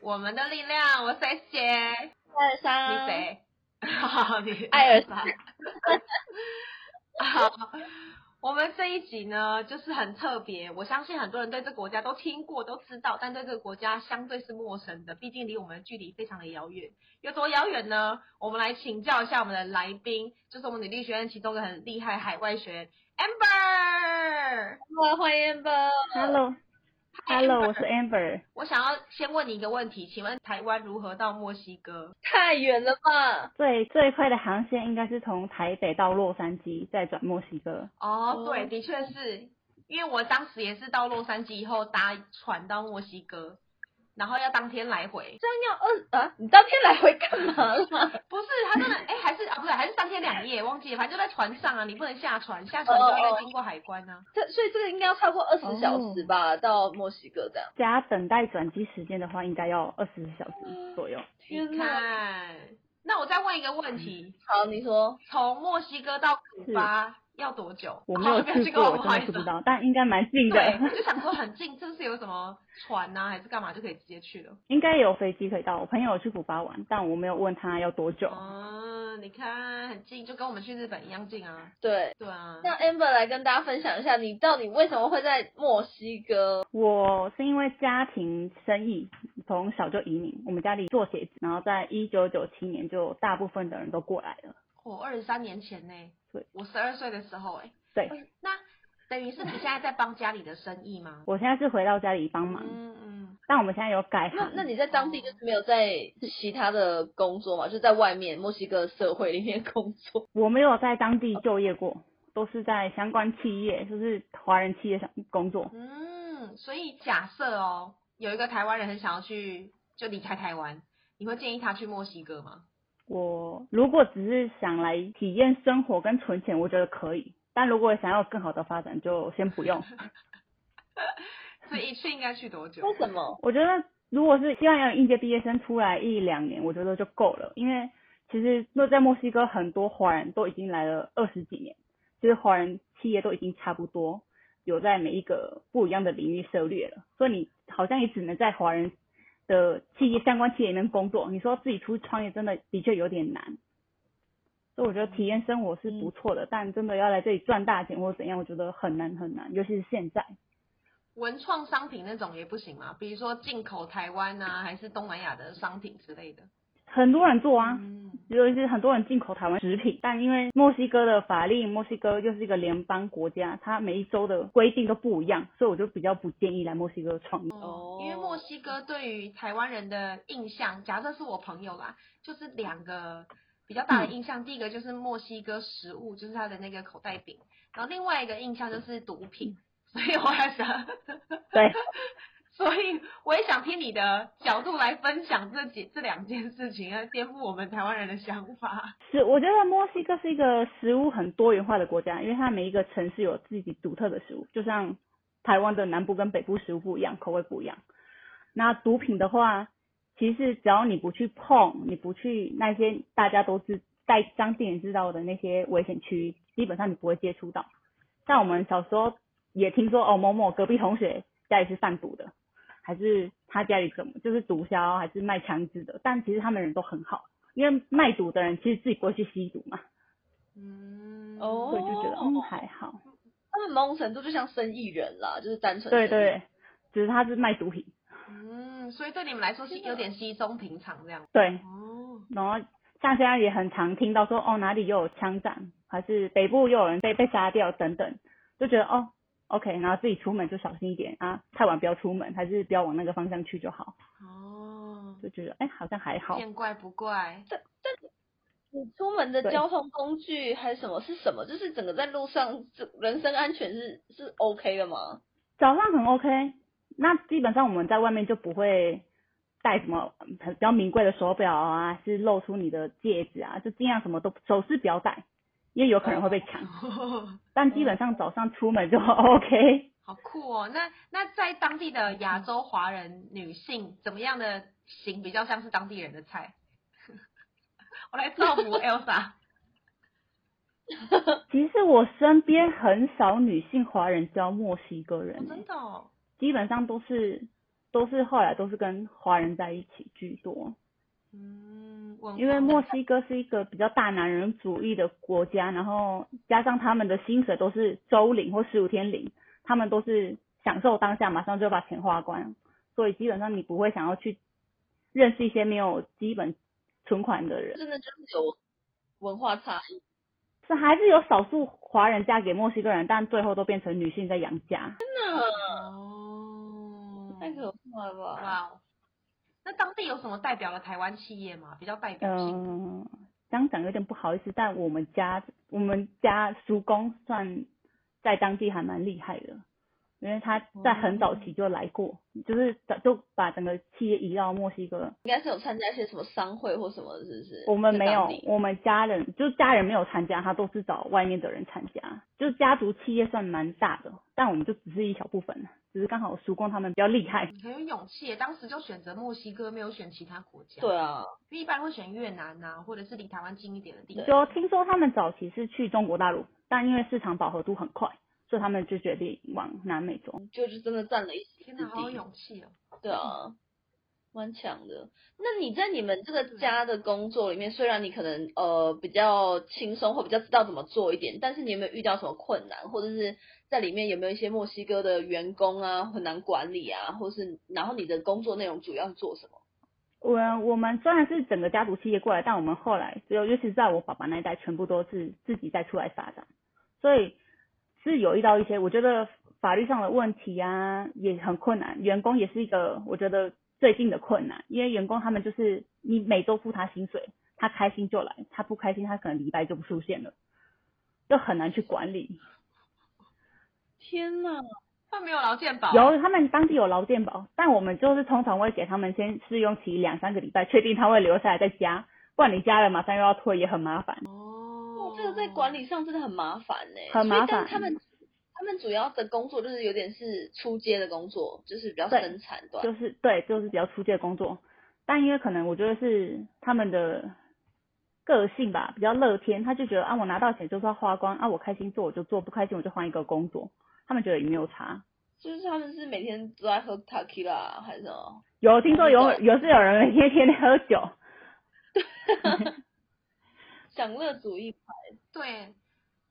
我们的力量，我谁写？艾尔莎，你？谁？好，你艾尔莎。莎 好，我们这一集呢，就是很特别。我相信很多人对这个国家都听过、都知道，但对这个国家相对是陌生的，毕竟离我们的距离非常的遥远。有多遥远呢？我们来请教一下我们的来宾，就是我们女力学院其中一个很厉害海外学员 Amber。我欢迎吧。 Hello，Hello，我是 Amber。我想要先问你一个问题，请问台湾如何到墨西哥？太远了吧？最最快的航线应该是从台北到洛杉矶，再转墨西哥。哦，哦对，的确是因为我当时也是到洛杉矶以后搭船到墨西哥，然后要当天来回。这样要二啊？你当天来回干嘛啦？不是，他真的哎、还是啊，不是，还是当天两夜，忘记了，反正就在船上啊，你不能下船，下船就要再经过海关哦啊。这所以这个应该要超过二十小时吧，到墨西哥这样。加等待转机时间的话，应该要二十小时左右。天你哪！看，那我再问一个问题，好，你说从墨西哥到古巴要多久？我没有哦去过，过，我不真好的意是不思知啊。道，但应该蛮近 的，对，我就想说很近，是不是有什么船呐、啊，还是干嘛就可以直接去了？应该有飞机可以到。我朋友有去古巴玩，但我没有问他要多久。哦，你看很近，就跟我们去日本一样近啊。对。对啊，让 Amber 来跟大家分享一下，你到底为什么会在墨西哥？我是因为家庭生意，从小就移民，我们家里做鞋子，然后在一九九七年就大部分的人都过来了。我哦二十三年前呢、对我十二岁的时候哎、对哎那等于是你现在在帮家里的生意吗？我现在是回到家里帮忙，嗯嗯，但我们现在有改那行。那你在当地就是没有在其他的工作嘛？就在外面墨西哥社会里面工作。我没有在当地就业过，都是在相关企业，就是华人企业上工作。嗯，所以假设哦，有一个台湾人很想要去，就离开台湾，你会建议他去墨西哥吗？我如果只是想来体验生活跟存钱，我觉得可以。但如果想要更好的发展，就先不用。所以一去应该去 多久？为什么？我觉得如果是希望有应届毕业生出来一两年，我觉得就够了，因为其实那在墨西哥很多华人都已经来了二十几年，其实华人企业都已经差不多有在每一个不一样的领域涉猎了，所以你好像也只能在华人的企业相关企业里面工作，你说自己出去创业真的的确有点难。所以我觉得体验生活是不错的，但真的要来这里赚大钱或者怎样，我觉得很难很难，尤其是现在。文创商品那种也不行吗？比如说进口台湾啊，还是东南亚的商品之类的？很多人做啊，嗯，尤其是很多人进口台湾食品，但因为墨西哥的法令，墨西哥又是一个联邦国家，它每一州的规定都不一样，所以我就比较不建议来墨西哥创业。哦，因为墨西哥对于台湾人的印象，假设是我朋友啦，就是两个比较大的印象，第一个就是墨西哥食物，就是它的那个口袋饼，然后另外一个印象就是毒品， 所以我在想，对，所以我也想听你的角度来分享这几这两件事情，来颠覆我们台湾人的想法。是我觉得墨西哥是一个食物很多元化的国家，因为它每一个城市有自己独特的食物，就像台湾的南部跟北部食物不一样，口味不一样。那毒品的话，其实只要你不去碰，你不去那些大家都知在当地人知道的那些危险区域，基本上你不会接触到。像我们小时候也听说哦，某某隔壁同学家里是贩毒的，还是他家里怎么就是毒枭，还是卖枪支的，但其实他们人都很好。因为卖毒的人其实自己不会去吸毒嘛，嗯，哦所以就觉得嗯还好。他们某种程度就像生意人啦，就是单纯对生意人对，只是他是卖毒品，嗯，所以对你们来说是有点稀松平常这样。对。哦，然后像现在也很常听到说哦哪里又有枪战，还是北部又有人被被杀掉等等，就觉得哦 OK，然后自己出门就小心一点啊，太晚不要出门，还是不要往那个方向去就好，哦，就觉得哎好像还好。见怪不怪。 你出门的对交通工具还是什么是什么？就是整个在路上，这人身安全是是 OK 的吗？早上很 OK，那基本上我们在外面就不会戴什么嗯很比较名贵的手表啊，是露出你的戒指啊，就尽量什么都首饰不要戴，因为有可能会被嗯抢。但基本上早上出门就 OK。好酷哦！那那在当地的亚洲华人女性，怎么样的型比较像是当地人的菜？ 我来造福 Elsa。哦其实我身边很少女性华人教墨西哥人哦、欸、真的哦，基本上都是都是后来都是跟华人在一起居多，嗯，文化因为墨西哥是一个比较大男人主义的国家，然后加上他们的薪水都是周领或十五天领，他们都是享受当下，马上就把钱花光，所以基本上你不会想要去认识一些没有基本存款的人。真的就是有文化差异。是还是有少数华人嫁给墨西哥人，但最后都变成女性在养家。哦，太可怕了吧！哇哦，那当地有什么代表了台湾企业吗？比较代表性？嗯，这样讲有点不好意思，但我们家我们家叔公算在当地还蛮厉害的，因为他在很早期就来过，就是就把整个企业移到墨西哥。应该是有参加一些什么商会或什么，是不是？我们没有在当，地我们家人就家人没有参加，他都是找外面的人参加，就家族企业算蛮大的，但我们就只是一小部分，啊只是刚好叔公他们比较厉害。你很有勇气耶，当时就选择墨西哥，没有选其他国家。，对啊，因为一般会选越南呐、或者是离台湾近一点的地方。就听说他们早期是去中国大陆，但因为市场饱和度很快，所以他们就决定往南美洲。就是真的占了一席天之哪，好有地。勇气哦！对嗯啊，蛮强的。那你在你们这个家的工作里面，虽然你可能呃比较轻松或比较知道怎么做一点，但是你有没有遇到什么困难，或者是在里面有没有一些墨西哥的员工啊很难管理啊，或是然后你的工作内容主要是做什么？我我们虽然是整个家族企业过来，但我们后来只有，尤其是在我爸爸那一代，全部都是自己再出来发展，所以是有遇到一些我觉得法律上的问题啊，也很困难。员工也是一个我觉得最近的困难，因为员工他们就是你每周付他薪水，他开心就来，他不开心他可能礼拜就不出现了，就很难去管理。天呐，他没有劳健保，有他们当地有劳健保，但我们就是通常会给他们先试用期两三个礼拜，确定他会留下来再加，不然你加了马上又要退也很麻烦。哦哇，，这个在管理上真的很麻烦呢、很麻烦所以但他们他们主要的工作就是有点是出街的工作，就是比较对生产端。就是对，就是比较出界的工作，但因为可能我觉得是他们的个性吧，比较乐天，他就觉得啊我拿到钱就是要花光，啊我开心做我就做，不开心我就换一个工作，他们觉得也没有差。就是他们是每天都在喝 t a k i l a 还是什么？有听说有对有是有人每天天天喝酒，享乐主义对。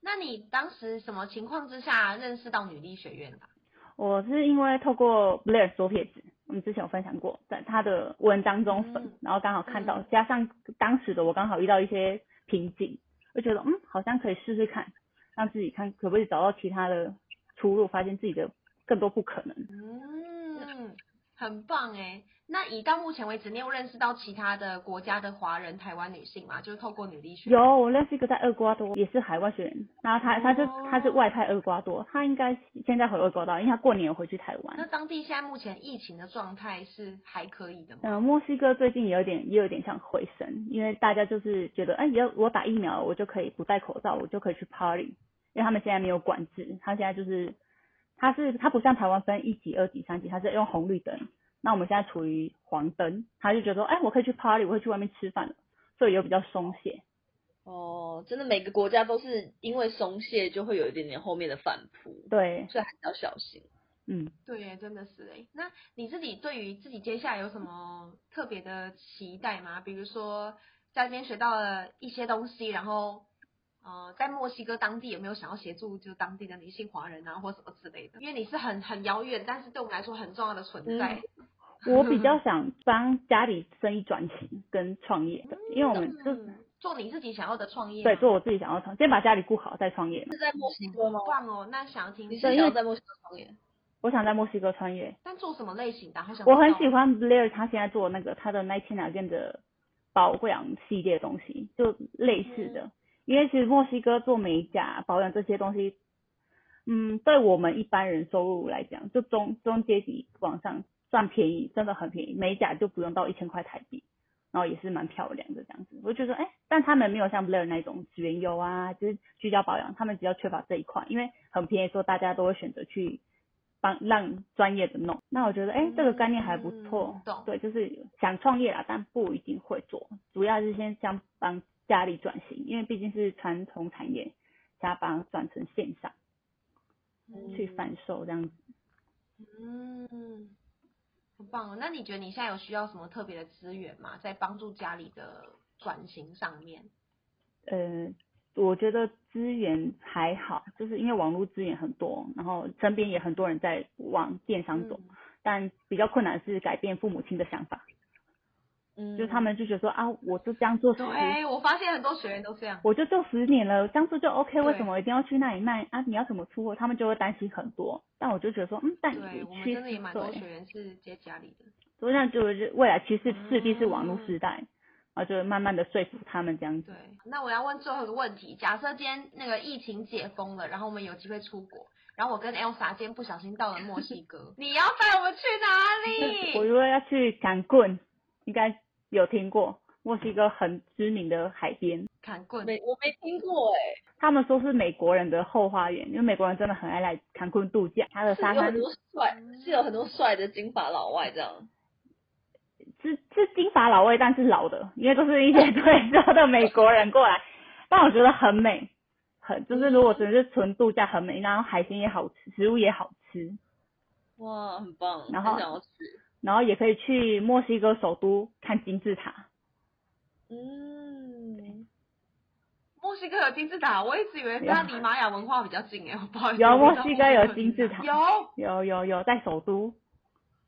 那你当时什么情况之下认识到女力学院的？啊我是因为透过 Blair 左撇子，我们之前有分享过，在他的文章中粉，嗯然后刚好看到，嗯加上当时的我刚好遇到一些瓶颈，就觉得嗯，好像可以试试看，让自己看可不可以找到其他的出路，发现自己的更多不可能。嗯， 很棒哎。那以到目前为止，你有认识到其他的国家的华人台湾女性吗？就是透过女力学院。有，我认识一个在厄瓜多，也是海外学员，然后他他是他哦是外派厄瓜多，他应该现在回厄瓜多，因为他过年有回去台湾那。当地现在目前疫情的状态是还可以的吗？嗯，墨西哥最近也有点也有点像回升，因为大家就是觉得，哎，只要我打疫苗了，我就可以不戴口罩，我就可以去 party，因为他们现在没有管制，他现在就是，他是他不像台湾分一级、二级、三级，他是用红绿灯，那我们现在处于黄灯，他就觉得说，哎，我可以去 party，我可以去外面吃饭了，所以又比较松懈。哦，真的每个国家都是因为松懈就会有一点点后面的反扑，对，所以还是要小心。嗯，对耶，真的是哎。那你自己对于自己接下来有什么特别的期待吗？比如说在这边学到了一些东西，然后呃，在墨西哥当地有没有想要协助就当地的女性华人啊，或什么之类的？因为你是很很遥远，但是对我们来说很重要的存在。嗯我比较想帮家里生意转型跟创业的，因为我们就嗯，做你自己想要的创业，对做，我自己想要创，先把家里顾好再创业嘛。是在墨西哥吗？棒哦。那想要听你是听想要在墨西哥创业？我想在墨西哥创业，但做什么类型的啊？好想我知很道喜欢 Blair 他现在做那个他的 Nineteen Again 的保养系列东西，就类似的。因为其实墨西哥做美甲、保养这些东西，嗯，对我们一般人收入来讲，就中中阶级往上算便宜，真的很便宜。美甲就不用到一千块台币，然后也是蛮漂亮的这样子。我就觉得，哎、但他们没有像 Blair 那种植原油啊，就是居家保养，他们比较缺乏这一块，因为很便宜，所以大家都会选择去帮让专业的弄。那我觉得，哎、这个概念还不错嗯。懂对，就是想创业啦，但不一定会做，主要是先想帮家里转型，因为毕竟是传统产业，想把它转成线上去嗯贩售这样子。嗯，很棒哦。那你觉得你现在有需要什么特别的资源吗？在帮助家里的转型上面？呃，我觉得资源还好，就是因为网络资源很多，然后身边也很多人在往电商走，嗯但比较困难是改变父母亲的想法，嗯，就是他们就觉得说啊，我就这样做十对，我发现很多学员都这样。我就做十年了，当初就 OK，对为什么一定要去那里卖啊？你要怎么出货？他们就会担心很多。但我就觉得说，嗯，但对，我你们趋真的也势蛮多学对，员是接家里的。所以那就是未来趋势嗯势必是网络时代，然后就慢慢的说服他们这样子对。，那我要问最后一个问题：假设今天那个疫情解封了，然后我们有机会出国，然后我跟 Elsa 今天不小心到了墨西 哥，你要带我们去哪我里？如果要去坎昆，应该有听过，墨西哥很知名的海边，砍棍。没我没听过哎、他们说是美国人的后花园，因为美国人真的很爱来坎昆度假，它的沙是有滩很多帅，是有很多帅的金发老外这样。是是金发老味，但是老的，因为都是一些退休的美国人过来，但我觉得很美，很就是如果只是纯度假很美，然后海鲜也好吃，食物也好吃，哇，很棒，然后很想要去。然后也可以去墨西哥首都看金字塔，嗯，墨西哥有金字塔，我一直以为它离玛雅文化比较近欸诶，我不好意思。有我不墨知道西哥有金字塔塔，有有有有在首都，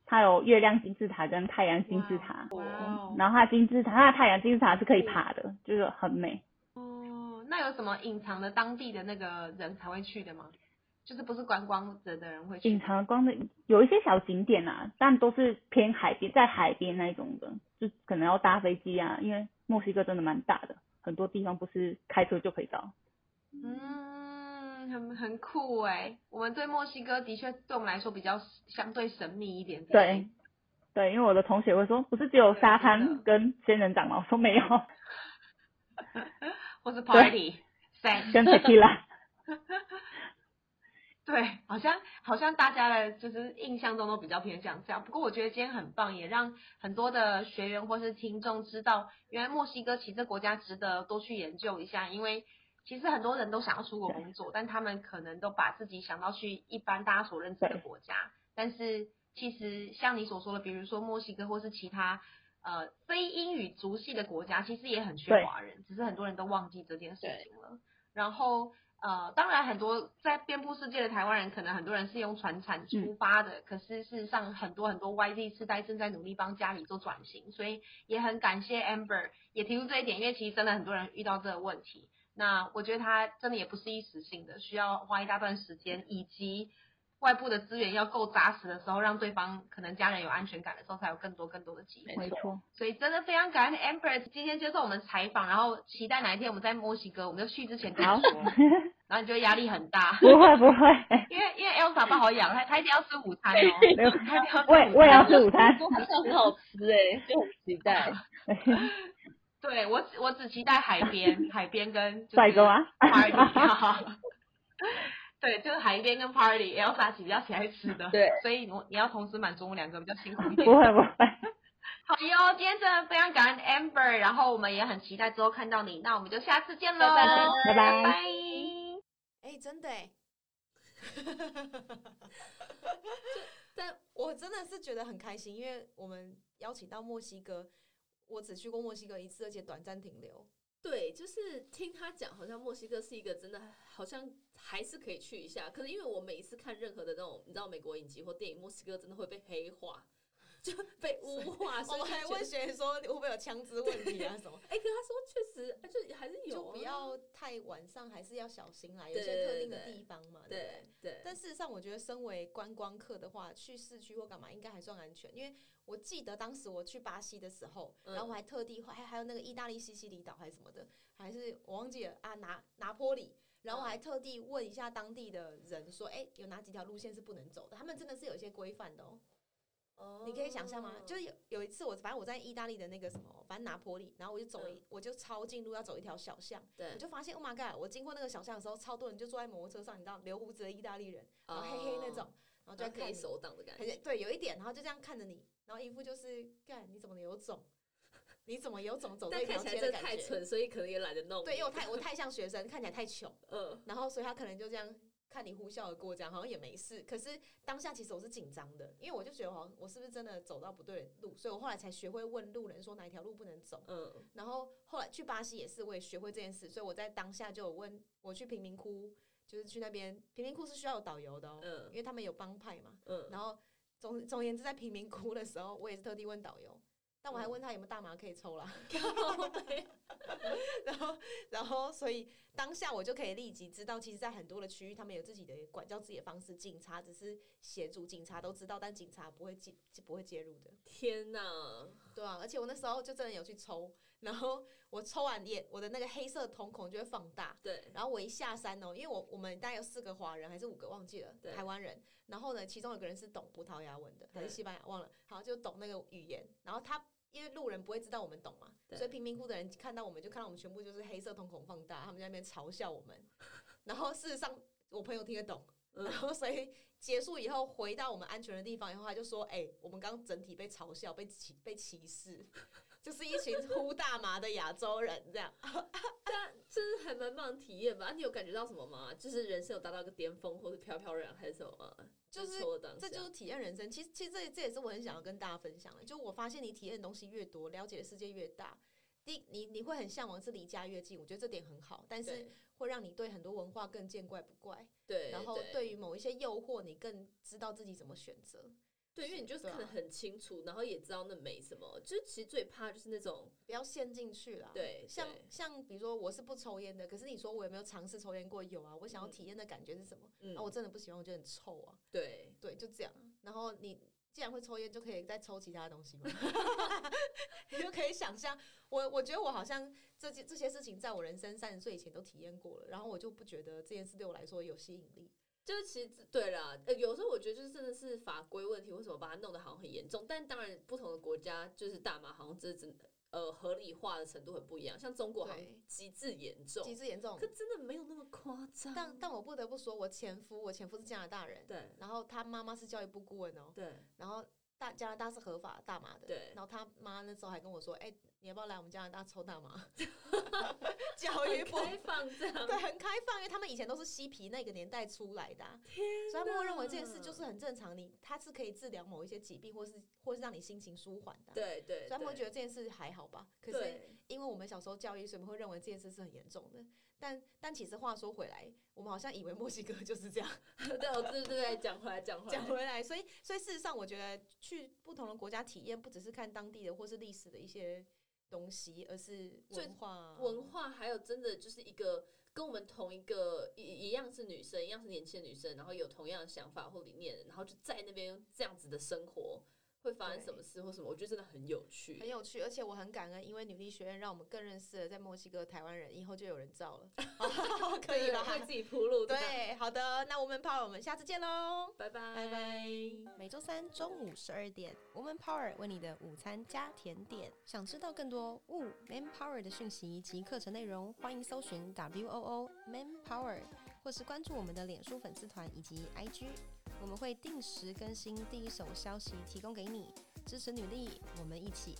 它有月亮金字塔跟太阳金字塔，哇哦然后它金字塔它的太阳金字塔是可以爬的，就是很美。哦，那有什么隐藏的当地的那个人才会去的吗？就是不是观光者的人会去？隐藏光的有一些小景点啊，但都是偏海边，在海边那一种的，就可能要搭飞机啊，因为墨西哥真的蛮大的，很多地方不是开车就可以到。嗯，很很酷哎！我们对墨西哥的确对我们来说比较相对神秘一点。对，对，因为我的同学会说，不是只有沙对真的滩跟仙人掌吗？我说没有，或是 party sex，跟 tequila。对，好像好像大家的就是印象中都比较偏向这样。不过我觉得今天很棒，也让很多的学员或是听众知道，原来墨西哥其实这国家值得多去研究一下，因为其实很多人都想要出国工作，但他们可能都把自己想到去一般大家所认知的对国家，但是其实像你所说的，比如说墨西哥或是其他。呃，非英语族系的国家其实也很缺对华人，只是很多人都忘记这件事对情了。然后呃，当然很多在遍布世界的台湾人，可能很多人是用传产嗯出发的，可是事实上很多很多 YZ 世代正在努力帮家里做转型，所以也很感谢 Amber 也提出这一点，因为其实真的很多人遇到这个问题。那我觉得它真的也不是一时性的，需要花一大段时间，以及外部的资源要够扎实的时候，让对方可能家人有安全感的时候，才有更多更多的机会。没没错，所以真的非常感恩 Amber 今天接受我们采访，然后期待哪一天我们在墨西哥，我们就去之前跟你好说，然后你就会压力很大，不会不会，因为因为 Elsa 不好养，她她一定要吃午餐哦， 没有她一定要我也我也要吃 午餐。好像很好吃哎、就很期 待。对我只我只期待海边，海边跟就是帅哥啊 party，对，就是海边跟 party，Elsa 比较喜欢吃的，对，所以我你要同时满足我们两个比较辛苦一点不。会不会， 好哟，今天真的非常感恩 Amber，然后我们也很期待之后看到你，那我们就下次见喽，拜拜拜拜拜哎、真的 哎、但我真的是觉得很开心，因为我们邀请到墨西哥，我只去过墨西哥一次，而且短暂停留。对，就是听他讲，好像墨西哥是一个真的，好像还是可以去一下。可是因为我每一次看任何的那种，你知道美国影集或电影，墨西哥真的会被黑化，就被污化。我所以们就还觉问得，学员说会不会有枪支问题啊什么，哎、可是他说确实，就还是有、就啊，不要太晚上，还是要小心啦。有对些特定的对地方嘛，对不对对对，但事实上，我觉得身为观光客的话，去市区或干嘛应该还算安全，因为我记得当时我去巴西的时候，嗯然后我还特地还还有那个意大利西西里岛还是什么的，还是我忘记了啊拿拿坡里，然嗯后我还特地问一下当地的人说，哎、有哪几条路线是不能走的？他们真的是有一些规范的哦。哦你可以想象吗？就是有有一次我反正我在意大利的那个什么，反正拿坡里，然后我就走嗯了一，我就抄近路要走一条小巷，我对，就发现 Oh my God！我经过那个小巷的时候，超多人就坐在摩托车上，你知道留胡子的意大利人，然后黑黑那种，然后就在就可看以你，手挡的感很觉。对，有一点，然后就这样看着你，然后一副就是干你怎么有种，你怎么有种走这但条看起来街真的的太感觉？蠢，所以可能也懒得弄你。对，因为我太我太像学生，看起来太穷，嗯，然后所以他可能就这样看你呼啸而过，这样好像也没事。可是当下其实我是紧张的，因为我就觉得好像我是不是真的走到不对的路，所以我后来才学会问路人说哪一条路不能走。嗯，然后后来去巴西也是，我也学会这件事，所以我在当下就有问我去贫民窟，就是去那边贫民窟是需要有导游的哦，嗯因为他们有帮派嘛。嗯，然后总总而言之，在贫民窟的时候，我也是特地问导游，但我还嗯问他有没有大麻可以抽啦。 靠背然后，然后，所以当下我就可以立即知道，其实，在很多的区域，他们有自己的管教自己的方式，警察只是协助，警察都知道，但警察不会介不会介入的，天哪，对啊。而且我那时候就真的有去抽，然后我抽完眼，我的那个黑色瞳孔就会放大。对，然后我一下山哦，因为我我们大概有四个华人还是五个忘记了，对台湾人。然后呢，其中有个人是懂葡萄牙文的还是对西班牙忘了，好就懂那个语言。然后他因为路人不会知道我们懂嘛，对所以贫民窟的人看到我们就看到我们全部就是黑色瞳孔放大，他们在那边嘲笑我们。 然后事实上我朋友听得懂，嗯然后所以结束以后回到我们安全的地方以后，他就说：“哎、我们刚刚整体被嘲笑、被歧被歧视， 就是一群 呼大麻的亚洲人这样。”这是还蛮棒的体验吧？啊你有感觉到什么吗？就是人生有达到一个巅峰，或是飘飘然，还是什么吗？就是抽的当这下就是体验人生。其实，其实这这也是我很想要跟大家分享的。就我发现你体验的东西越多，了解的世界越大，第你你会很向往是离家越近，我觉得这点很好。但是对会让你对很多文化更见怪不怪，对，然后对对于某一些诱惑，你更知道自己怎么选择。对，因为你就是对啊看得很清楚，然后也知道那没什么。就是其实最怕就是那种不要陷进去啦。对啊像对像比如说我是不抽烟的，可是你说我有没有尝试抽烟过？有啊，我想要嗯体验的感觉是什么？嗯，啊，我真的不喜欢，我觉得很臭啊。对对，就这样。然后你既然会抽烟，就可以再抽其他的东西嘛。 你就可以想象，我我觉得我好像这些这些事情，在我人生三十岁以前都体验过了，然后我就不觉得这件事对我来说有吸引力。就是其实对啦，呃，有时候我觉得就是真的是法规问题，为什么把它弄得好像很严重？但当然，不同的国家就是大麻好像真的真的呃合理化的程度很不一样，像中国好对像极致严重，极致严重可，真的没有那么夸张。但但我不得不说，我前夫我前夫是加拿大人，对然后他妈妈是教育部顾问哦，对然后大加拿大是合法大麻的，对然后他妈那时候还跟我说，哎、你要不要来我们加拿大抽大麻？ 教育很部开放这样，对，很开放，因为他们以前都是嬉皮那个年代出来的啊、所以他们会认为这件事就是很正常，你它是可以治疗某一些疾病，或是或是让你心情舒缓的啊、对对， 所以他们会觉得得这件事还好吧？可是对 因为我们小时候教育，所以我们会认为这件事是很严重的。但但其实话说回来，我们好像以为墨西哥就是 这样对，我对对对，讲回来讲回讲来，回来，所以所以事实上，我觉得去不同的国家体验，不只是看当地的或是历史的一些东西，而是最文化文化还有真的就是一个跟我们同一个一一样是女生，一样是年轻的女生，然后有同样的想法或理念，然后就在那边这样子的生活，会发生什么事或什么，我觉得真的很有趣。很有 趣，而且我很感恩，因为女力学院让我们更认识了在墨西哥的台湾人，以后就有人造了，可以对吧？会自己铺路，吧，对，好的，那 Woman Power，我们下次见喽，拜拜拜拜。每周三中午十二点，Woman Power 为你的午餐加甜点。想知道更多 Wo Man Power 的讯息及课程内容，欢迎搜寻 W O O Man Power，或是关注我们的脸书粉丝团以及 IG。我们会定时更新第一手消息，提供给你支持女力，我们一起